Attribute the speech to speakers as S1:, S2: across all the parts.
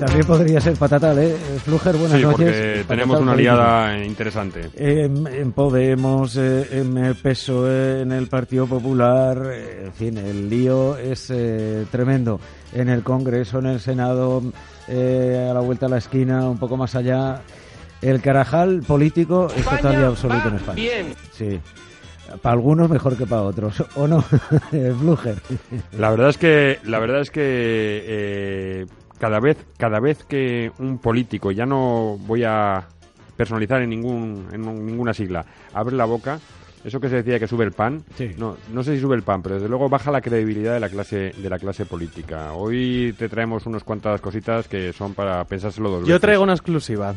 S1: También podría ser patatal, ¿eh? Fluger, buenas
S2: sí,
S1: noches.
S2: porque tenemos
S1: Patatal,
S2: una
S1: política.
S2: aliada interesante.
S1: En, en Podemos, eh, en el PSOE, E, en el Partido Popular, eh, en fin, el lío es eh, tremendo. En el Congreso, en el Senado, eh, a la vuelta a la esquina, un poco más allá. El carajal político es total y absoluto en España. Sí. Para algunos mejor que para otros, ¿o no? Fluger.
S2: La verdad es que, la verdad es que eh, cada vez, cada vez que un político, ya no voy a personalizar en ningún, en un- ninguna sigla, abre la boca, eso que se decía que sube el pan,
S1: Sí.
S2: no, no sé si sube el pan, pero desde luego baja la credibilidad de la clase, de la clase política. Hoy te traemos unas cuantas cositas que son para pensárselo dos
S3: Yo
S2: veces.
S3: traigo una exclusiva.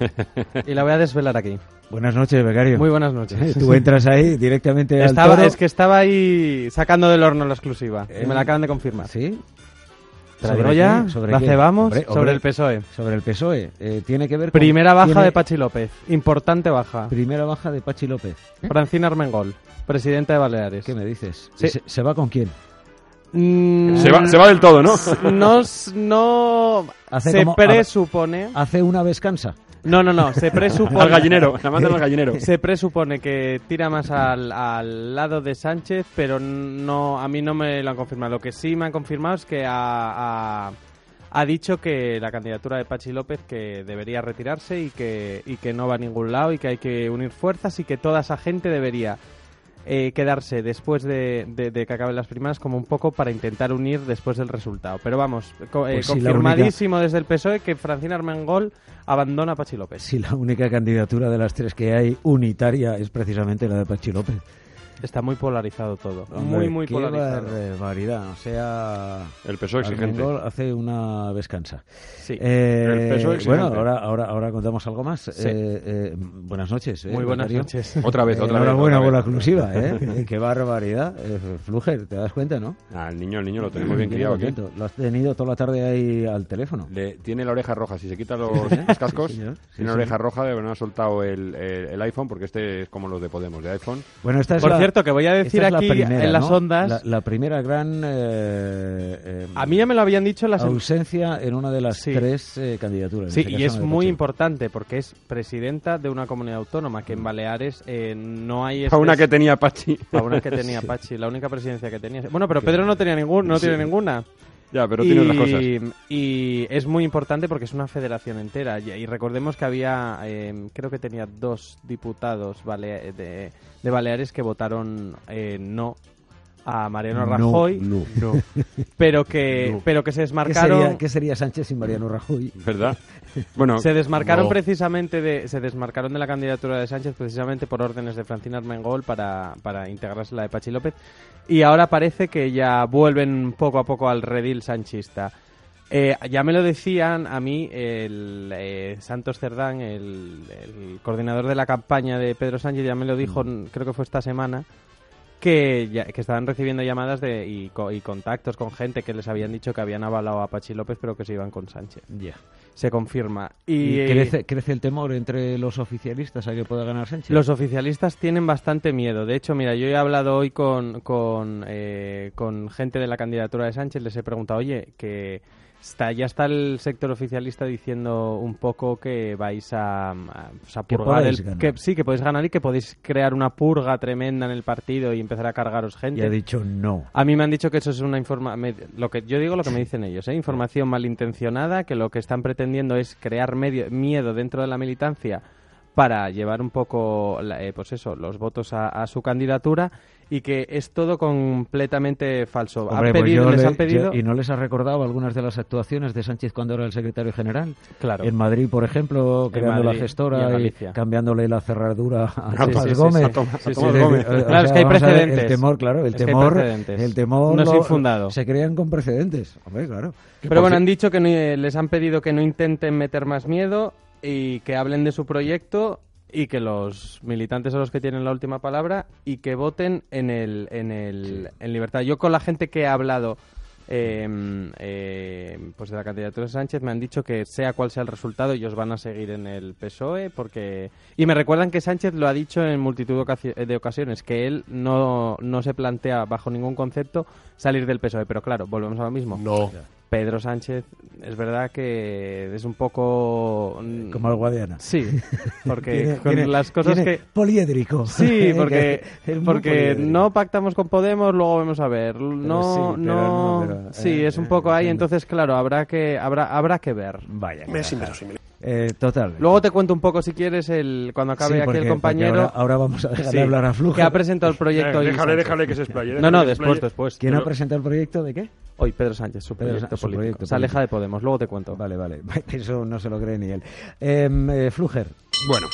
S3: y la voy a desvelar aquí.
S1: Buenas noches, becario.
S3: Muy buenas noches.
S1: Tú entras ahí directamente al
S3: Estaba,
S1: toro.
S3: es que estaba ahí sacando del horno la exclusiva.
S1: Eh,
S3: y me la acaban de confirmar.
S1: ¿Sí?
S3: ¿Te la digo ya?
S1: qué?
S3: ¿La
S1: qué?
S3: cebamos?
S1: Hombre,
S3: Sobre
S1: hombre.
S3: el PSOE.
S1: Sobre el PSOE. Eh, tiene que ver con...
S3: E. Primera baja
S1: tiene-
S3: de Pachi López. Importante baja.
S1: Primera baja de Pachi López.
S3: Francina Armengol, presidenta de Baleares.
S1: ¿Qué me dices?
S3: Sí.
S1: ¿Y ¿Se, se va con quién?
S3: Mm,
S2: Se va, se va del todo, ¿no?
S3: No, s- no
S1: Hace
S3: se
S1: como-
S3: presupone.
S1: Hace una descansa.
S3: No, no, no. Se presupone.
S2: al gallinero, la mandan al gallinero.
S3: Se presupone que tira más al, al lado de Sánchez, pero no a mí no me lo han confirmado. Lo que sí me han confirmado es que ha, ha- ha dicho que la candidatura de Pachi López que debería retirarse y que, y que no va a ningún lado y que hay que unir fuerzas y que toda esa gente debería eh, quedarse después de, de- de que acaben las primas como un poco para intentar unir después del resultado. Pero vamos, co- eh,
S1: Pues sí, la única-
S3: confirmadísimo desde el PSOE E que Francina Armengol abandona a Pachi López.
S1: Si la única candidatura de las tres que hay unitaria es precisamente la de Pachi López.
S3: Está muy polarizado todo. muy,
S1: Hombre,
S3: muy
S1: qué
S3: polarizado.
S1: barbaridad. O sea...
S2: El PSOE exigente.
S1: Armengol hace una descansa.
S3: Sí.
S1: Eh,
S2: el PSOE exigente.
S1: bueno, ahora, ahora, ahora contamos algo más.
S3: Sí.
S1: Eh, eh, buenas noches. eh,
S3: muy buenas
S1: becario.
S3: noches.
S2: Otra vez,
S1: Eh,
S2: otra vez.
S1: enhorabuena
S2: otra
S1: por la
S2: vez.
S1: exclusiva, ¿eh? Qué barbaridad. Eh, Fluger, ¿te das cuenta, no?
S2: Ah, el niño, el niño lo tenemos bien
S1: Viene
S2: criado aquí.
S1: contento. Lo has tenido toda la tarde ahí al teléfono.
S2: Le- tiene la oreja roja. Si se quita los, los cascos,
S1: Sí, señor. Sí,
S2: tiene la
S1: señor.
S2: oreja roja de haber no ha soltado el, el- el iPhone, porque este es como los de Podemos, de iPhone.
S1: Bueno, esta es
S3: Por
S1: la-
S3: cierto, que voy a
S1: esta
S3: decir
S1: es la
S3: aquí
S1: primera,
S3: en las
S1: ¿no?
S3: ondas.
S1: La, la primera gran. eh, eh,
S3: A mí ya me lo habían dicho en las.
S1: Ausencia en una de las
S3: Sí.
S1: tres eh, candidaturas.
S3: Sí,
S1: en este
S3: y
S1: caso
S3: es
S1: en el
S3: muy
S1: Pachi.
S3: importante porque es presidenta de una comunidad autónoma
S1: Mm.
S3: que en Baleares eh, no hay.
S2: A una
S3: este-
S2: que tenía Pachi.
S3: la una que tenía Pachi, la única presidencia que tenía. Bueno, pero Pedro no tenía ningún, no tiene ninguna.
S2: ya, pero tiene otras cosas.
S3: y es muy importante porque es una federación entera. Y, y recordemos que había, eh, creo que tenía dos diputados balea- de, de Baleares que votaron eh, no a Mariano Rajoy,
S1: No, no.
S3: pero que
S2: No.
S3: pero que se
S1: ¿Qué,
S3: desmarcaron.
S1: sería, qué sería Sánchez sin Mariano Rajoy?
S2: ¿Verdad? Bueno,
S3: Se desmarcaron
S2: no.
S3: precisamente de se desmarcaron de la candidatura de Sánchez precisamente por órdenes de Francina Armengol para, para integrarse la de Pachi López y ahora parece que ya vuelven poco a poco al redil sanchista. Eh, ya me lo decían a mí el eh, Santos Cerdán, el, el coordinador de la campaña de Pedro Sánchez, ya me lo dijo,
S2: Mm.
S3: n- creo que fue esta semana, que, ya- que estaban recibiendo llamadas de, y, co- y contactos con gente que les habían dicho que habían avalado a Pachi López, pero que se iban con Sánchez
S1: Ya.
S3: se confirma.
S1: ¿Y,
S3: Y,
S1: crece, crece el temor entre los oficialistas a que pueda ganar Sánchez?
S3: los oficialistas tienen bastante miedo. De hecho, mira, yo he hablado hoy con, con, eh, con gente de la candidatura de Sánchez, les he preguntado, oye, que está, ya está el sector oficialista diciendo un poco que vais a, a- pues, a
S1: Que
S3: purgar
S1: podéis
S3: el-
S1: ganar.
S3: que sí, que podéis ganar y que podéis crear una purga tremenda en el partido y empezar a cargaros gente.
S1: Y ha dicho no.
S3: A mí me han dicho que eso es una información, lo que yo digo lo que me dicen ellos, ¿eh? información malintencionada, que lo que están pretendiendo es crear medio, miedo dentro de la militancia para llevar un poco, la- eh, pues eso, los votos a, a su candidatura y que es todo completamente falso. Han
S1: Hombre, pues
S3: pedido-
S1: yo
S3: les
S1: le-
S3: han pedido...
S1: yo- ¿Y no les ha recordado algunas de las actuaciones de Sánchez cuando era el secretario general?
S3: Claro.
S1: En Madrid, por ejemplo, creando
S3: Madrid
S1: la
S3: y en
S1: gestora y,
S3: Galicia.
S1: cambiándole la cerradura a
S3: sí,
S1: Tomás
S3: sí, sí,
S1: Gómez.
S3: a Tomás- a
S1: Es
S3: Tomás
S1: decir,
S3: Gómez.
S1: o- o
S3: Claro, es que hay
S1: vamos a ver, El
S3: precedentes.
S1: temor, claro, el
S3: Es que hay
S1: temor,
S3: precedentes.
S1: el temor
S3: No es
S1: lo-
S3: infundado.
S1: Se crean con precedentes. Hombre, claro.
S3: Pero bueno, han dicho que no- eh, les han pedido que no intenten meter más miedo y que hablen de su proyecto y que los militantes son los que tienen la última palabra y que voten en el en el en libertad. Yo con la gente que he hablado eh, eh, pues de la candidatura de Sánchez me han dicho que sea cual sea el resultado ellos van a seguir en el PSOE E porque y me recuerdan que Sánchez lo ha dicho en multitud de ocasi- de ocasiones que él no no se plantea bajo ningún concepto salir del PSOE E, pero claro volvemos a lo mismo
S4: No.
S3: Pedro Sánchez, es verdad que es un poco... mm,
S1: Eh, Como el Guadiana.
S3: Sí, porque
S1: Tiene-
S3: con
S1: tiene-
S3: las cosas
S1: tiene
S3: que...
S1: Poliédrico.
S3: Sí, porque,
S1: Es muy
S3: porque
S1: poliédrico.
S3: no pactamos con Podemos, luego vamos a ver. No,
S1: sí, pero
S3: no,
S1: no, pero,
S3: sí,
S1: eh,
S3: es un poco ahí,
S1: entiendo.
S3: entonces claro, habrá que, habrá, habrá que ver.
S1: Vaya.
S4: Me sí,
S1: caraja.
S4: pero sí, me-
S1: Eh, total.
S3: Luego te cuento un poco si quieres el cuando
S1: Sí,
S3: acabe aquí
S1: porque-
S3: el
S1: porque
S3: compañero
S1: Ahora, ahora vamos a dejar
S3: sí,
S1: de hablar a Flujo.
S3: que ha presentado el proyecto.
S2: Eh,
S3: hoy
S2: déjale,
S3: Sánchez.
S2: déjale que se explaye.
S3: No,
S2: déjale
S3: no,
S2: que se
S3: después,
S2: explaye.
S3: después.
S1: ¿Quién ha
S3: Pero-
S1: presentado el proyecto de qué?
S3: Hoy Pedro Sánchez, su
S1: Pedro
S3: proyecto
S1: Sánchez, su
S3: político.
S1: proyecto
S3: Se aleja
S1: político.
S3: de Podemos, luego te cuento.
S1: Vale, vale. Eso no se lo cree ni él. Em, eh, Fluger.
S2: Bueno.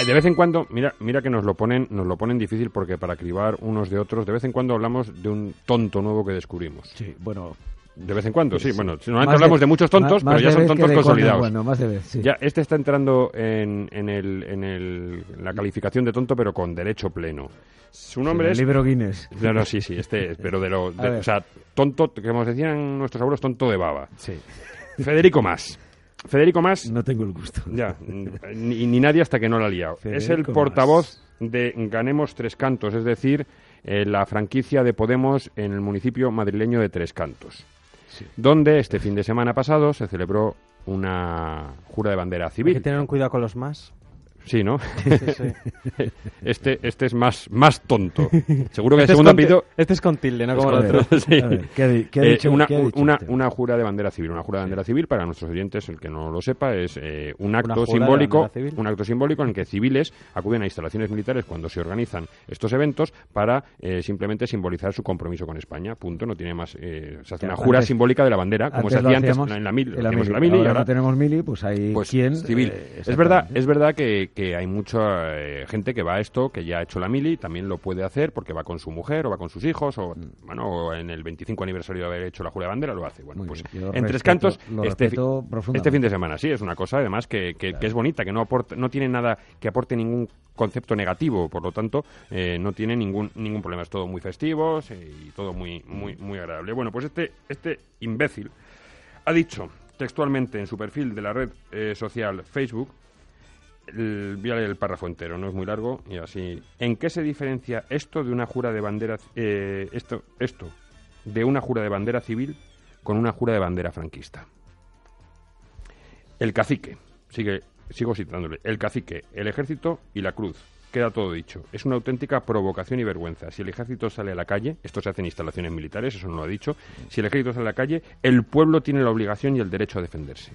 S2: Eh, De vez en cuando, mira, mira que nos lo ponen, nos lo ponen difícil porque para cribar unos de otros, de vez en cuando hablamos de un tonto nuevo que descubrimos.
S1: Sí, bueno. pues,
S2: De vez en cuando, Pues sí. Bueno, normalmente hablamos de, muchos tontos, pero ya son tontos consolidados.
S1: Bueno, más de vez, sí.
S2: Ya, este está entrando en, en el, en el- en la calificación de tonto, pero con derecho pleno. Su nombre
S1: el
S2: es...
S1: libro Guinness.
S2: No, no, sí, sí, este es, pero de lo... de-
S1: A ver.
S2: o sea, tonto, que como decían nuestros abuelos, tonto de baba.
S1: Sí.
S2: Federico Más. Federico Más...
S1: No tengo el gusto.
S2: Ya, ni, ni nadie hasta que no la ha liado. es el
S1: Federico
S2: portavoz de Ganemos Tres Cantos, es decir, eh, la franquicia de Podemos en el municipio madrileño de Tres Cantos, donde este fin de semana pasado se celebró una jura de bandera
S3: Hay que
S2: civil.
S3: tener un cuidado con los más.
S2: Sí, ¿no?
S3: Sí, sí.
S2: Este, este es más, más tonto. Seguro que el
S3: Este
S2: segundo
S3: es con ti-
S2: apellido...
S3: Este es con tilde, no como
S1: con
S3: el otro.
S1: tilde.
S2: Sí.
S1: A ver, ¿qué ha di- qué ha
S2: Eh,
S1: dicho-
S2: una,
S1: qué ha dicho este?
S2: una-
S1: usted?
S2: una jura de bandera civil. Una jura de bandera civil, para nuestros oyentes, el que no lo sepa, es eh, un
S3: jura
S2: acto
S3: de
S2: simbólico
S3: bandera civil.
S2: un acto simbólico en el que civiles acuden a instalaciones militares cuando se organizan estos eventos para eh, simplemente simbolizar su compromiso con España. Punto. No tiene más... eh, se hace
S1: Ya,
S2: una jura
S1: antes-
S2: simbólica de la bandera, como se
S1: lo
S2: hacía antes
S1: hacíamos
S2: en la mili.
S1: en la
S2: Hacíamos
S1: mili.
S2: la mili y
S1: ahora
S2: ahora-
S1: no tenemos mili, pues hay
S2: pues,
S1: quien...
S2: civil.
S1: eh,
S2: es verdad,
S1: exactamente.
S2: es verdad que, que hay mucha eh, gente que va a esto, que ya ha hecho la mili, también lo puede hacer porque va con su mujer o va con sus hijos o
S1: Mm.
S2: bueno, o en el 25 aniversario de haber hecho la jura de bandera lo hace. Bueno,
S1: Muy
S2: pues
S1: bien, yo lo
S2: en tres
S1: respeto-
S2: cantos
S1: lo
S2: este, fi-
S1: respeto profundamente.
S2: este fin de semana, sí, es una cosa además que, que- que es bonita, que no aporta, no tiene nada que aporte ningún concepto negativo, por lo tanto eh, no tiene ningún ningún problema, es todo muy festivo sí, y todo muy muy muy agradable. Bueno, pues este este imbécil ha dicho textualmente en su perfil de la red eh, social Facebook, el, voy a leer el párrafo entero, no es muy largo, y así. ¿En qué se diferencia esto de una jura de bandera eh, esto, esto de una jura de bandera civil con una jura de bandera franquista? El cacique, sigue, sigo citándole, el cacique, el ejército y la cruz. Queda todo dicho. Es una auténtica provocación y vergüenza. Si el ejército sale a la calle, esto se hace en instalaciones militares, eso no lo ha dicho. Si el ejército sale a la calle, el pueblo tiene la obligación y el derecho a defenderse.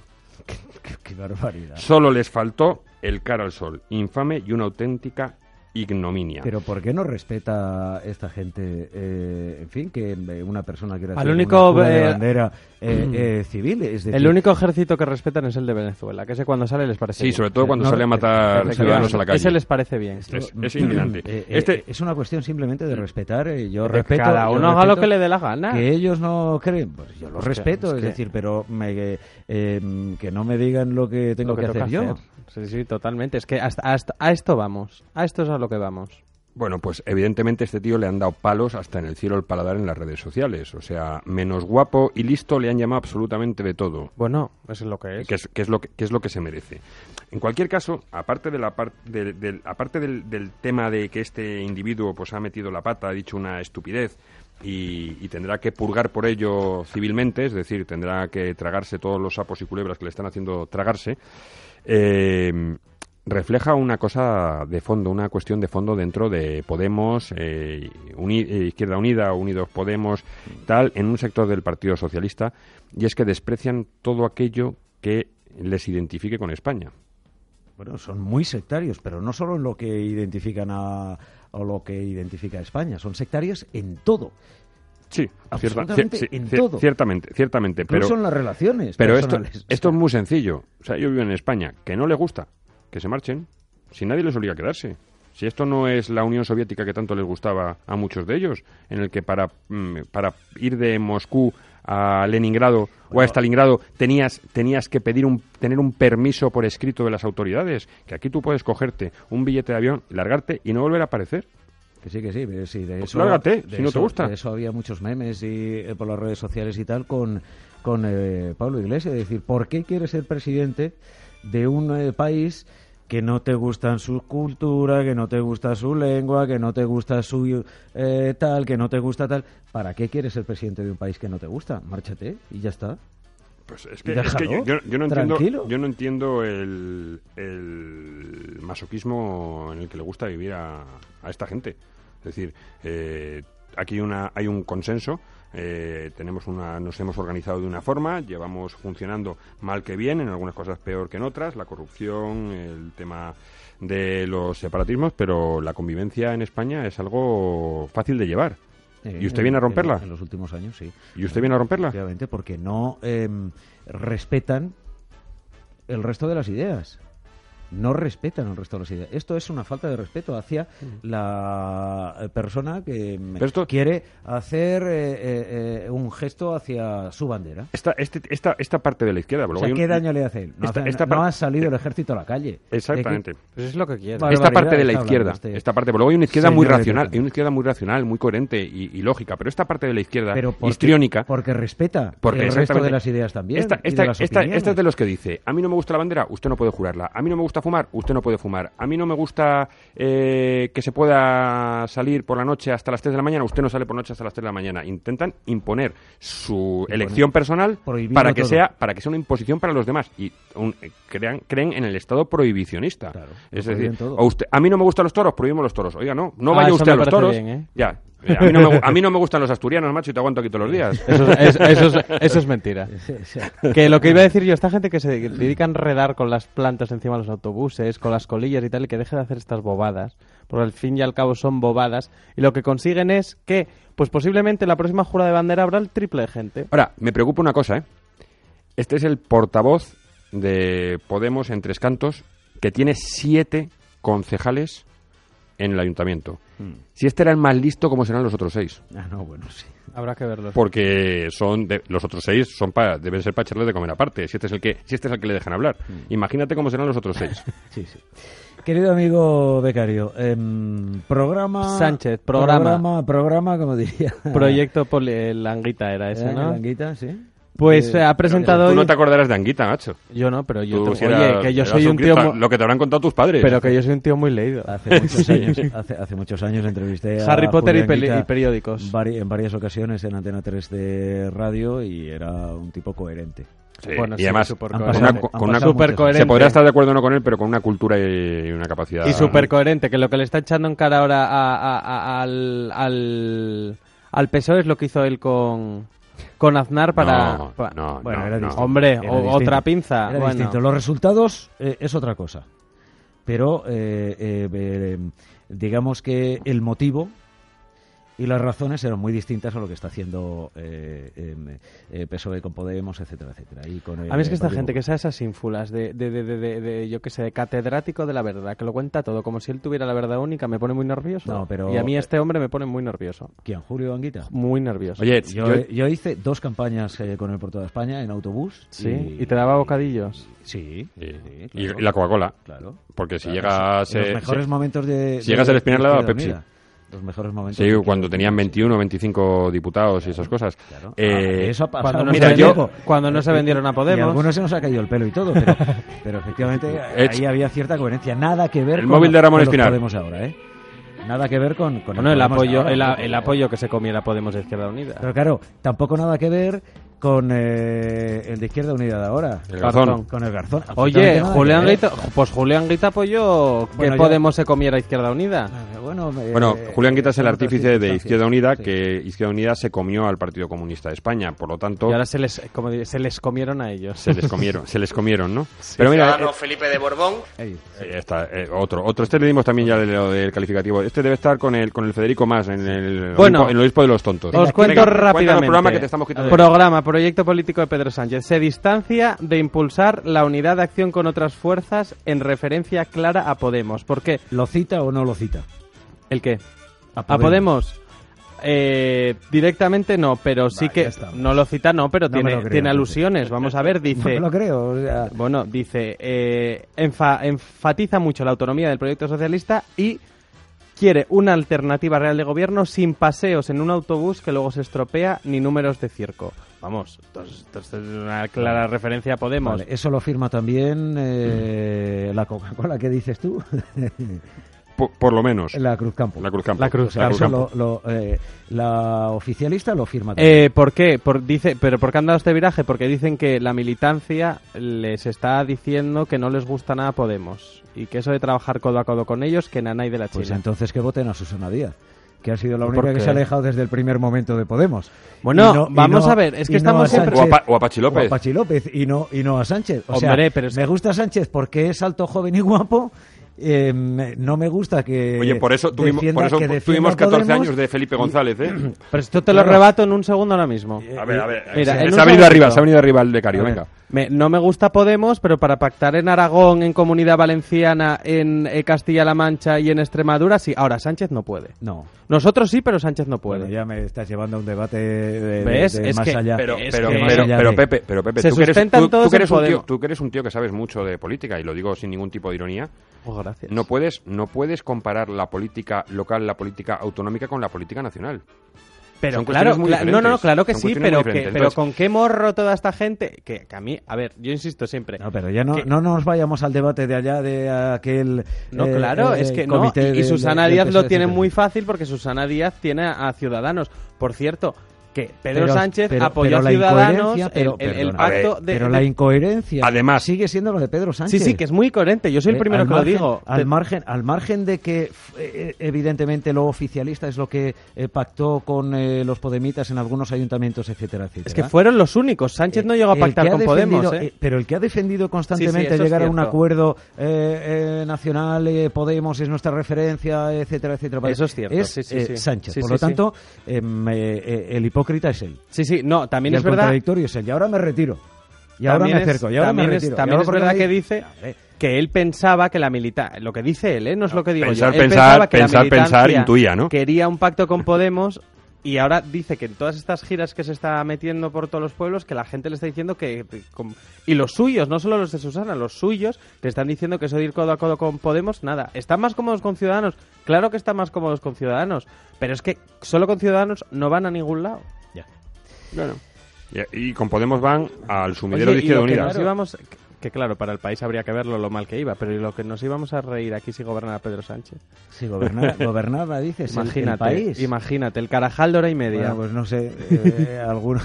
S1: Qué, qué barbaridad.
S2: Solo les faltó el cara al sol, infame y una auténtica ignominia.
S1: Pero ¿por qué no respeta esta gente, eh, en fin, que eh, una persona quiera
S3: Al
S1: hacer
S3: único,
S1: una jura de
S3: eh,
S1: bandera eh, eh, civil? Es decir,
S3: El único ejército que respetan es el de Venezuela, que ese cuando sale les parece
S2: sí,
S3: bien.
S2: sobre todo
S1: eh,
S2: cuando
S1: No, eh,
S2: sale a matar
S3: Efectivamente.
S2: ciudadanos a la
S3: Ese
S2: calle.
S3: les parece bien.
S1: esto-
S2: es- es indignante.
S1: eh, eh,
S2: Este-
S1: es una cuestión simplemente de respetar. eh, yo
S3: Mm. Que
S1: respeto.
S3: Cada
S1: yo
S3: uno haga lo
S1: respeto
S3: que le dé la gana.
S1: Que ellos no creen, pues yo lo
S3: Hostia,
S1: respeto,
S3: es
S1: es,
S3: que-
S1: decir, pero me- eh, eh, que no me digan lo que tengo
S3: Lo
S1: que,
S3: toca
S1: hacer yo.
S3: Sí, sí, totalmente. Es que hasta, hasta- a esto vamos. A esto es a lo que vamos.
S2: Bueno, pues evidentemente a este tío le han dado palos hasta en el cielo el paladar en las redes sociales. O sea, menos guapo y listo le han llamado absolutamente de todo.
S3: Bueno, eso es lo que es.
S2: ¿eh? que es, que es lo que, que es lo que se merece. En cualquier caso, aparte de la par- del- del- aparte del, del tema de que este individuo pues ha metido la pata, ha dicho una estupidez y, y tendrá que purgar por ello civilmente, es decir, tendrá que tragarse todos los sapos y culebras que le están haciendo tragarse. eh, refleja una cosa de fondo, una cuestión de fondo dentro de Podemos, eh, Uni- eh, Izquierda Unida, Unidos Podemos, tal, en un sector del Partido Socialista, y es que desprecian todo aquello que les identifique con España.
S1: bueno, son muy sectarios, pero no solo en lo que identifican a, o lo que identifica a España, son sectarios en todo.
S2: Sí, cierta-
S1: Absolutamente,
S2: cier- sí,
S1: en
S2: cier-
S1: todo.
S2: ciertamente, ciertamente. Pero,
S1: Incluso son las relaciones
S2: pero esto,
S1: personales.
S2: esto es muy sencillo. O sea, yo vivo en España, que no le gusta, que se marchen, si nadie les obliga a quedarse. Si esto no es la Unión Soviética que tanto les gustaba a muchos de ellos, en el que para, mm, para ir de Moscú a Leningrado o a Stalingrado tenías, tenías que pedir un, tener un permiso por escrito de las autoridades, que aquí tú puedes cogerte un billete de avión, largarte y no volver a aparecer.
S1: Que sí, que sí, pero sí, de
S2: Pues
S1: eso...
S2: lárgate,
S1: de
S2: si no te
S1: eso-
S2: gusta.
S1: de eso había muchos memes y, eh, por las redes sociales y tal con, con eh, Pablo Iglesias, es decir, ¿por qué quieres ser presidente de un eh, país que no te gustan su cultura, que no te gusta su lengua, que no te gusta su eh, tal, que no te gusta tal? ¿Para qué quieres ser presidente de un país que no te gusta? Márchate y ya está.
S2: Pues es que,
S1: Déjalo,
S2: es que yo, yo- yo no entiendo,
S1: tranquilo.
S2: yo no entiendo el, el masoquismo en el que le gusta vivir a, a esta gente. Es decir, eh, aquí hay una, hay un consenso. eh, tenemos una, nos hemos organizado de una forma, llevamos funcionando mal que bien, en algunas cosas peor que en otras, la corrupción, el tema de los separatismos, pero la convivencia en España es algo fácil de llevar.
S1: Eh,
S2: ¿Y usted viene a
S1: en-
S2: romperla?
S1: En, los últimos años, sí.
S2: ¿Y usted viene a romperla?
S1: Efectivamente, porque no em, respetan el resto de las ideas. No respetan el resto de las ideas. Esto es una falta de respeto hacia la eh, persona que em,
S2: Mm. Pero esto-
S1: quiere hacer eh, eh, eh, un gesto hacia su bandera.
S2: Esta, este- esta, esta parte de la izquierda.
S1: O
S2: luego
S1: sea,
S2: hay un-
S1: ¿qué daño le hace? No,
S2: esta-
S1: hace-
S2: esta
S1: no
S2: par-
S1: ha salido el ejército a la calle.
S2: Exactamente.
S3: Pues es lo que quiere.
S1: Vale.
S2: esta
S1: barbaridad
S2: parte de la
S1: está hablando
S2: izquierda,
S1: este
S2: esta parte, pero luego hay una izquierda muy
S1: señor de
S2: racional,
S1: Tejada.
S2: hay una izquierda muy racional, muy coherente y, y lógica, pero esta parte de la izquierda
S1: Pero porque,
S2: histriónica,
S1: Porque respeta
S2: porque
S1: el resto de
S2: exactamente-
S1: las ideas también.
S2: Esta,
S1: y de
S2: esta-
S1: las
S2: esta-
S1: opiniones.
S2: esta es de los que dice, a mí no me gusta la bandera, usted no puede jurarla, a mí no me gusta fumar, usted no puede fumar, a mí no me gusta eh, que se pueda salir por la noche hasta las 3 de la mañana, usted no sale por noche hasta las 3 de la mañana. Intentan imponer su elección personal
S1: Prohibiendo
S2: para que,
S1: todo.
S2: sea, para que sea una imposición para los demás y un- eh, crean, creen en el estado prohibicionista.
S1: Claro,
S2: es
S1: lo
S2: decir,
S1: prohíben todo.
S2: o usted- a mí no me gustan los toros, prohibimos los toros. Oiga, no, no
S3: Ah,
S2: vaya
S3: eso
S2: usted
S3: me
S2: a los
S3: parece
S2: todos.
S3: bien, ¿eh?
S2: Ya, eh, a mí, no me, gu- a mí no me gustan los asturianos, macho, y te aguanto aquí todos los días.
S3: Eso es, es- eso es- eso es mentira. Que lo que iba a decir yo, esta gente que se dedica a enredar con las plantas encima de los autobuses, con las colillas y tal, y que deje de hacer estas bobadas, porque al fin y al cabo son bobadas, y lo que consiguen es que, pues posiblemente la próxima jura de bandera habrá el triple de gente.
S2: Ahora, me preocupa una cosa, ¿eh? Este es el portavoz de Podemos en Tres Cantos, que tiene siete concejales en el ayuntamiento. Si este era el más listo, ¿cómo serán los otros seis?
S1: Ah, no, bueno, sí.
S3: Habrá que verlo.
S2: Porque son de- los otros seis son pa- deben ser para echarle de comer aparte. Si este es el que, si este es el que le dejan hablar,
S3: Mm.
S2: imagínate cómo serán los otros seis.
S1: Sí, sí. Querido amigo becario, em, programa...
S3: Sánchez, programa.
S1: Programa, programa, como diría.
S3: Proyecto poli- Languita era ese,
S1: Eh,
S3: ¿no?
S1: Languita, sí.
S3: Pues eh, ha presentado
S2: Tú no
S3: hoy-
S2: te acordarás de Anguita, macho.
S3: Yo no, pero yo...
S2: Tú
S3: tengo-
S2: si
S3: Oye,
S2: eras-
S3: que yo
S2: eras
S3: soy un tío...
S2: cristal,
S3: mu-
S2: Lo que te habrán contado tus padres.
S3: Pero que yo soy un tío muy leído.
S1: Hace muchos años, hace, hace muchos años entrevisté a
S3: Eh, Harry Potter y
S1: Julio
S3: peli-
S1: Anguita
S3: y periódicos.
S1: vari- en varias ocasiones en Antena 3 de radio y era un tipo coherente.
S2: Sí,
S3: Bueno,
S2: y
S3: sí,
S2: además,
S3: súper
S2: con
S3: coherente.
S2: una- con una-
S1: pasado
S3: Súper
S1: muchos años.
S3: coherente.
S2: se podrá estar de acuerdo o no con él, pero con una cultura y una capacidad.
S3: Y súper coherente, que lo que le está echando en cara ahora a- a- a- al, al, al PSOE es lo que hizo él con, con Aznar para...
S2: No,
S3: pa-
S2: no,
S1: Bueno,
S2: no,
S1: era
S2: no.
S1: distinto.
S3: Hombre,
S1: Era
S3: o-
S1: distinto.
S3: otra pinza.
S1: Era
S3: bueno.
S1: distinto. Los resultados eh, es otra cosa. Pero eh, eh, eh, digamos que el motivo y las razones eran muy distintas a lo que está haciendo eh, em, eh, PSOE con Podemos, etcétera, etcétera. Y con el
S3: A mí es que esta
S1: Partido
S3: gente que
S1: Popular.
S3: sabe esas ínfulas de, de, de, de, de- de, yo qué sé, de catedrático de la verdad, que lo cuenta todo, como si él tuviera la verdad única, me pone muy nervioso.
S1: No, pero- eh,
S3: Y a mí este hombre me pone muy nervioso.
S1: ¿Quién? Julio Anguita.
S3: Muy nervioso.
S2: Oye,
S1: Yo,
S2: yo-
S1: yo hice dos campañas eh, con el por toda España en autobús.
S3: ¿Sí? ¿Y te daba bocadillos?
S1: Sí.
S2: y,
S1: sí,
S2: y-
S1: claro.
S2: y la Coca-Cola.
S1: Claro.
S2: Porque si
S1: Claro,
S2: llegas.
S1: sí. En
S2: eh,
S1: los mejores
S2: sí,
S1: momentos de.
S2: si llegas
S1: de-
S2: al Espinar, le daba
S1: de
S2: Pepsi.
S1: Mira, Los mejores momentos.
S2: sí,
S1: de-
S2: cuando tenían 21 25 diputados y esas cosas.
S1: Claro.
S2: Eh,
S1: Ah, eso ha pasado
S3: cuando
S1: mucho
S3: no
S1: Eh,
S2: mira,
S3: se
S2: yo-
S3: vendieron- cuando no se vendieron a
S1: Y
S3: Podemos.
S1: a algunos se nos ha caído el pelo y todo, pero, pero efectivamente
S2: Ech.
S1: ahí había cierta coherencia. Nada que ver
S2: El
S1: con,
S2: móvil de Ramón
S1: con lo que
S2: Espinar.
S1: Podemos ahora, ¿eh? Nada que ver con. con
S3: Bueno, el
S1: Podemos
S3: apoyo,
S1: ahora,
S3: el,
S1: ¿no?
S3: a- el apoyo que se comiera Podemos de Izquierda Unida.
S1: Pero claro, tampoco nada que ver con eh, el de Izquierda Unida de ahora.
S2: El Garzón.
S1: Con el Garzón.
S3: Oye,
S1: Absolutamente nada
S3: Julián
S1: que ver.
S3: Guita, pues Julián Guita apoyó que
S1: Bueno, yo-
S3: Podemos se comiera Izquierda Unida.
S1: Eh, Bueno, eh,
S2: Bueno, Julián Guita es el
S1: son otras
S2: artífice de
S1: circunstancias.
S2: Izquierda Unida,
S1: Sí.
S2: que Izquierda Unida se comió al Partido Comunista de España, por lo tanto
S3: Y ahora se les, como digo, se les comieron a ellos.
S2: se les comieron, se les comieron, ¿no? Pero mira,
S4: Ciudadano Felipe de Borbón,
S1: Ahí.
S2: eh, eh, está, eh, otro, otro. Este le dimos también ya lo del calificativo. Este debe estar con el con el Federico Más en el
S3: Bueno.
S2: obispo- en el obispo de los tontos.
S3: Os
S2: Venga,
S3: cuento
S2: cuéntanos el
S3: rápidamente.
S2: programa que te estamos quitando.
S3: Programa, proyecto político de Pedro Sánchez. Se distancia de impulsar la unidad de acción con otras fuerzas en referencia clara a Podemos. ¿Por qué?
S1: ¿Lo cita o no lo cita?
S3: ¿El qué? ¿A Podemos? Eh, directamente no, pero sí
S1: Vale,
S3: que
S1: ya está.
S3: no lo cita, no, pero
S1: No me
S3: tiene,
S1: lo creo,
S3: tiene
S1: no sé.
S3: alusiones. Vamos a ver,
S1: No
S3: dice.
S1: me lo creo. o sea,
S3: Bueno, dice, eh, enfa- enfatiza mucho la autonomía del proyecto socialista y quiere una alternativa real de gobierno sin paseos en un autobús que luego se estropea ni números de circo. Vamos, esto es- esto es una clara referencia a Podemos.
S1: vale, eso lo firma también
S2: Mm.
S1: eh, la Coca-Cola que dices tú,
S2: Por, por lo menos.
S1: la Cruz Campo.
S2: La Cruz Campo.
S3: La Cruz
S1: O sea,
S2: Campo.
S1: eso lo- lo, eh, la oficialista lo firma también.
S3: Eh, ¿Por qué? Por, dice, ¿Pero por qué han dado este viraje? Porque dicen que la militancia les está diciendo que no les gusta nada Podemos y que eso de trabajar codo a codo con ellos, que nanay de la
S1: pues
S3: China.
S1: entonces que voten a Susana Díaz. Que ha sido la
S3: ¿Por
S1: única que
S3: qué?
S1: se ha alejado desde el primer momento de Podemos.
S3: Bueno,
S1: Y no- y
S3: vamos
S1: no-
S3: a ver, es que
S1: y no
S3: estamos
S1: a
S3: siempre-
S2: o, a,
S1: Sánchez.
S2: Pa- o a Pachi
S1: O
S2: López.
S1: a Pachi López y no, y no a Sánchez. O sea,
S3: Hombre, pero es
S1: me
S3: que-
S1: gusta Sánchez porque es alto, joven y guapo. eh, me- no me gusta que.
S2: Oye, por eso tuvimos,
S1: defienda-
S2: por eso
S1: que
S2: tuvimos
S1: defienda
S2: 14
S1: Podemos.
S2: años de Felipe González, ¿eh?
S3: Pero esto te lo
S1: Claro.
S3: rebato en un segundo ahora mismo.
S2: A ver, a ver.
S3: Mira,
S2: se-
S3: en un
S2: se ha venido
S3: segundito.
S2: arriba, se ha venido arriba el becario,
S1: A ver.
S2: venga.
S3: Me- no me gusta Podemos, pero para pactar en Aragón, en Comunidad Valenciana, en eh, Castilla-La Mancha y en Extremadura, sí. Ahora, Sánchez no puede.
S1: No.
S3: Nosotros sí, pero Sánchez no puede.
S1: Bueno, ya me estás llevando a un debate de, de-
S3: ¿Ves?
S1: de
S3: Es
S1: más
S3: que-
S1: allá.
S2: Pero,
S3: Es
S2: pero,
S3: que-
S2: pero,
S1: más allá
S2: pero
S1: de-
S2: Pepe, pero Pepe,
S3: Se
S2: tú que eres,
S3: sustentan
S2: tú- tú
S3: todos
S2: que eres
S3: en
S2: un tío,
S3: Podemos.
S2: tú que eres un tío que sabes mucho de política y lo digo sin ningún tipo de ironía.
S3: Oh, gracias.
S2: No puedes, no puedes comparar la política local, la política autonómica con la política nacional.
S3: pero
S2: son
S3: claro,
S2: cuestiones muy
S3: cla-
S2: diferentes.
S3: no, no, claro que
S2: Son
S3: sí,
S2: cuestiones
S3: pero,
S2: muy
S3: que,
S2: diferentes.
S3: pero
S2: Entonces-
S3: con qué morro toda esta gente. Que, que a mí, a ver, yo insisto siempre.
S1: No, pero ya no,
S3: que-
S1: no nos vayamos al debate de allá de aquel.
S3: No,
S1: eh,
S3: claro,
S1: eh,
S3: es que no.
S1: comité
S3: Y- Y,
S1: del-
S3: Susana
S1: del
S3: Díaz lo
S1: PSOE,
S3: tiene
S1: etcétera.
S3: muy fácil porque Susana Díaz tiene a Ciudadanos. Por cierto, que Pedro
S1: Pero-
S3: Sánchez
S1: pero-
S3: apoyó
S1: pero la
S3: a Ciudadanos
S1: incoherencia,
S3: el-
S1: pero-
S3: el, el
S1: perdona,
S2: a ver,
S3: pacto de.
S1: Pero
S3: de-
S1: la incoherencia.
S2: Además-
S1: Sigue siendo lo de Pedro
S3: sí,
S1: Sánchez.
S3: sí, que es muy coherente. Yo soy el
S1: Eh,
S3: primero
S1: al
S3: que
S1: margen-
S3: lo digo.
S1: Al
S3: Te-
S1: margen, al margen de que f- eh, evidentemente lo oficialista es lo que eh, pactó con eh, los podemitas en algunos ayuntamientos, etcétera, etcétera.
S3: Es que fueron los únicos. Sánchez no llegó a
S1: Eh, El que
S3: pactar
S1: ha
S3: con
S1: defendido-
S3: Podemos. ¿eh?
S1: eh, Pero el que ha defendido constantemente
S3: Sí, sí, eso es
S1: llegar a un
S3: cierto.
S1: acuerdo eh, eh, nacional, eh, Podemos es nuestra referencia, etcétera, etcétera.
S3: Eso es cierto, sí, sí,
S1: eh,
S3: sí.
S1: Sánchez.
S3: Sí,
S1: Por
S3: sí,
S1: lo
S3: sí.
S1: tanto, em, eh, eh, el hipócrita es él.
S3: Sí, sí, no, también
S1: y
S3: es
S1: el
S3: verdad.
S1: contradictorio es él. Y ahora me retiro. Y ahora
S3: También
S1: me
S3: es-
S1: acerco. Y ahora me
S3: también es-
S1: retiro. Y
S3: también
S1: ahora
S3: es
S1: por
S3: verdad
S1: ahí-
S3: que dice
S1: Hombre,
S3: que él pensaba que la militancia, lo que dice él, ¿eh? no es lo que digo
S2: Pensar,
S3: yo.
S2: pensar,
S3: Él pensaba que la
S2: pensar, pensar,
S3: militancia
S2: intuía, ¿no?
S3: Quería un pacto con Podemos y ahora dice que en todas estas giras que se está metiendo por todos los pueblos, que la gente le está diciendo que... com- Y los suyos, no solo los de Susana, los suyos, le están diciendo que eso de ir codo a codo con Podemos, nada. ¿Están más cómodos con Ciudadanos? Claro que están más cómodos con Ciudadanos, pero es que solo con Ciudadanos no van a ningún lado.
S1: ya.
S2: Y, y con Podemos van al sumidero de
S3: Oye, y
S2: Izquierda
S3: lo que
S2: Unida.
S3: nos íbamos- que- que claro, para el país habría que verlo lo mal que iba, pero ¿y lo que nos íbamos a reír aquí si gobernara Pedro Sánchez.
S1: Sí, gobernar, gobernar, dices, el- el
S3: Imagínate,
S1: país.
S3: imagínate, el Carajal de hora y media.
S1: Bueno, pues no sé, eh, algunos,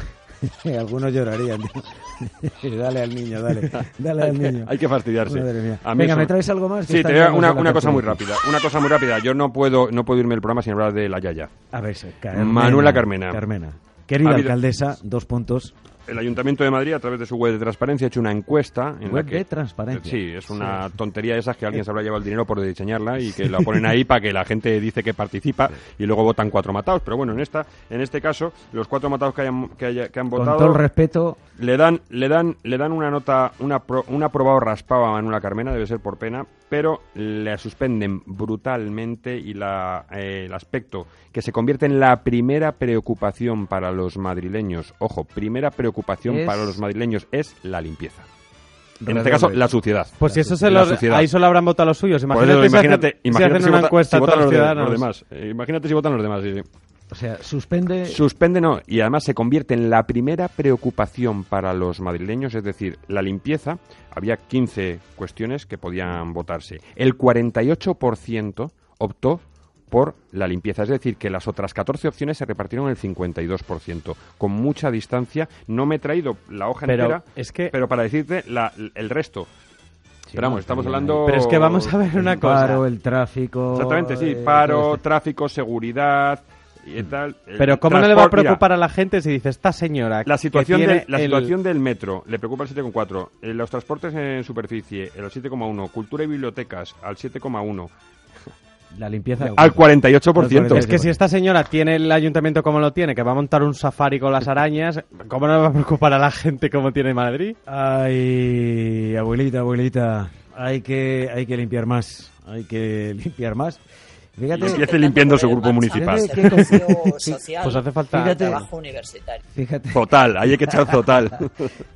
S1: algunos llorarían. dale al niño, dale, dale al niño.
S2: Hay que fastidiarse.
S1: Madre mía.
S2: A mí
S1: Venga,
S2: eso-
S1: ¿me traes algo más? Que
S2: Sí,
S1: está
S2: te digo
S1: llegando
S2: una,
S1: la
S2: una cosa muy
S1: tercera.
S2: rápida. Una cosa muy rápida. Yo no puedo, no puedo irme el programa sin hablar de la Yaya.
S1: A ver, sí,
S2: Manuela Carmena.
S1: Carmena. Querida
S2: Ha habido-
S1: alcaldesa, dos puntos.
S2: El Ayuntamiento de Madrid, a través de su web de transparencia, ha hecho una encuesta. En
S1: Web
S2: la que,
S1: de transparencia.
S2: Sí, es una tontería de esas que alguien se habrá llevado el dinero por diseñarla y que la ponen ahí para que la gente dice que participa y luego votan cuatro matados. Pero bueno, en esta, en este caso, los cuatro matados que, hayan- que, haya- que han
S1: Con
S2: votado
S1: todo el respeto,
S2: le dan, le dan, le dan una nota, una pro- un aprobado raspado a Manuela Carmena, debe ser por pena, pero la suspenden brutalmente y la, eh, el aspecto que se convierte en la primera preocupación para los madrileños, ojo, primera preocupación
S1: Es-
S2: para los madrileños es la limpieza. En
S1: Redondo
S2: este caso,
S1: de-
S2: la suciedad.
S3: Pues si eso se
S2: La
S3: los,
S2: sociedad.
S3: ahí solo habrán votado los suyos.
S2: Por
S3: Imagínate,
S2: eso,
S3: si hacen-
S2: imagínate,
S3: si
S2: imagínate
S3: hacen
S2: si
S3: una
S2: vota-
S3: encuesta
S2: si
S3: a todos
S2: votan
S3: los
S2: los, de- los
S3: ciudadanos.
S2: demás. Eh, imagínate si votan los demás. sí, sí.
S1: o sea, suspende...
S2: Suspende no, y además se convierte en la primera preocupación para los madrileños, es decir, la limpieza. Había 15 cuestiones que podían votarse. El 48% optó por la limpieza. Es decir, que las otras 14 opciones se repartieron el 52%, con mucha distancia. No me he traído la hoja
S3: Pero eh,
S2: entera,
S3: es que-
S2: pero para decirte la- el resto. pero vamos, estamos hablando...
S3: Pero es que vamos a ver una
S1: El paro,
S3: cosa.
S1: el tráfico.
S2: Exactamente, sí.
S1: eh, todo
S2: Paro,
S1: esto.
S2: tráfico, seguridad y tal. El
S3: Pero ¿cómo no le va a
S2: transpor- mira,
S3: preocupar a la gente si dice esta señora?
S2: la
S3: que
S2: situación,
S3: tiene
S2: del, la
S3: el-
S2: situación del metro le preocupa al 7,4. eh, Los transportes en superficie, el 7,1. Cultura y bibliotecas, al 7,1.
S1: La limpieza. de
S2: Al
S1: cuerpo.
S2: 48%.
S3: Es que si esta señora tiene el ayuntamiento como lo tiene, que va a montar un safari con las arañas, ¿cómo no le va a preocupar a la gente como tiene Madrid?
S1: Ay, abuelita, abuelita. Hay que, hay que limpiar más. Hay que limpiar más.
S2: Y
S1: Fíjate,
S2: empieza- limpiando su grupo municipal.
S1: Sí,
S3: Pues hace falta-
S1: Fíjate.
S4: trabajo universitario.
S1: fíjate,
S2: Total, hay que echar total.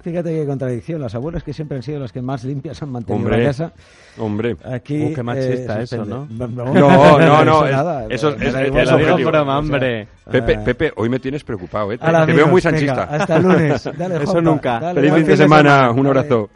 S1: fíjate qué contradicción. Las abuelas que siempre han sido las que más limpias han mantenido
S2: Hombre.
S1: la casa.
S2: Hombre.
S1: Aquí.
S3: Uh, qué machista eso,
S1: sorprende.
S3: ¿no?
S1: No,
S2: No, no, no, es-
S1: nada.
S2: eso-
S1: Me
S2: es- eh,
S1: da
S2: es-
S1: igual.
S2: es
S3: Te lo digo
S2: objetivo.
S3: por broma, hombre.
S2: Pepe,
S1: Ah.
S2: Pepe, hoy me tienes preocupado, ¿eh? Te,
S1: Hala,
S2: te veo
S1: amigos,
S2: muy
S1: venga,
S2: sanchista.
S1: hasta el lunes. Dale,
S3: Eso
S1: Juanpa,
S3: nunca.
S1: dale,
S2: Feliz
S1: buen
S2: fin de semana, un abrazo.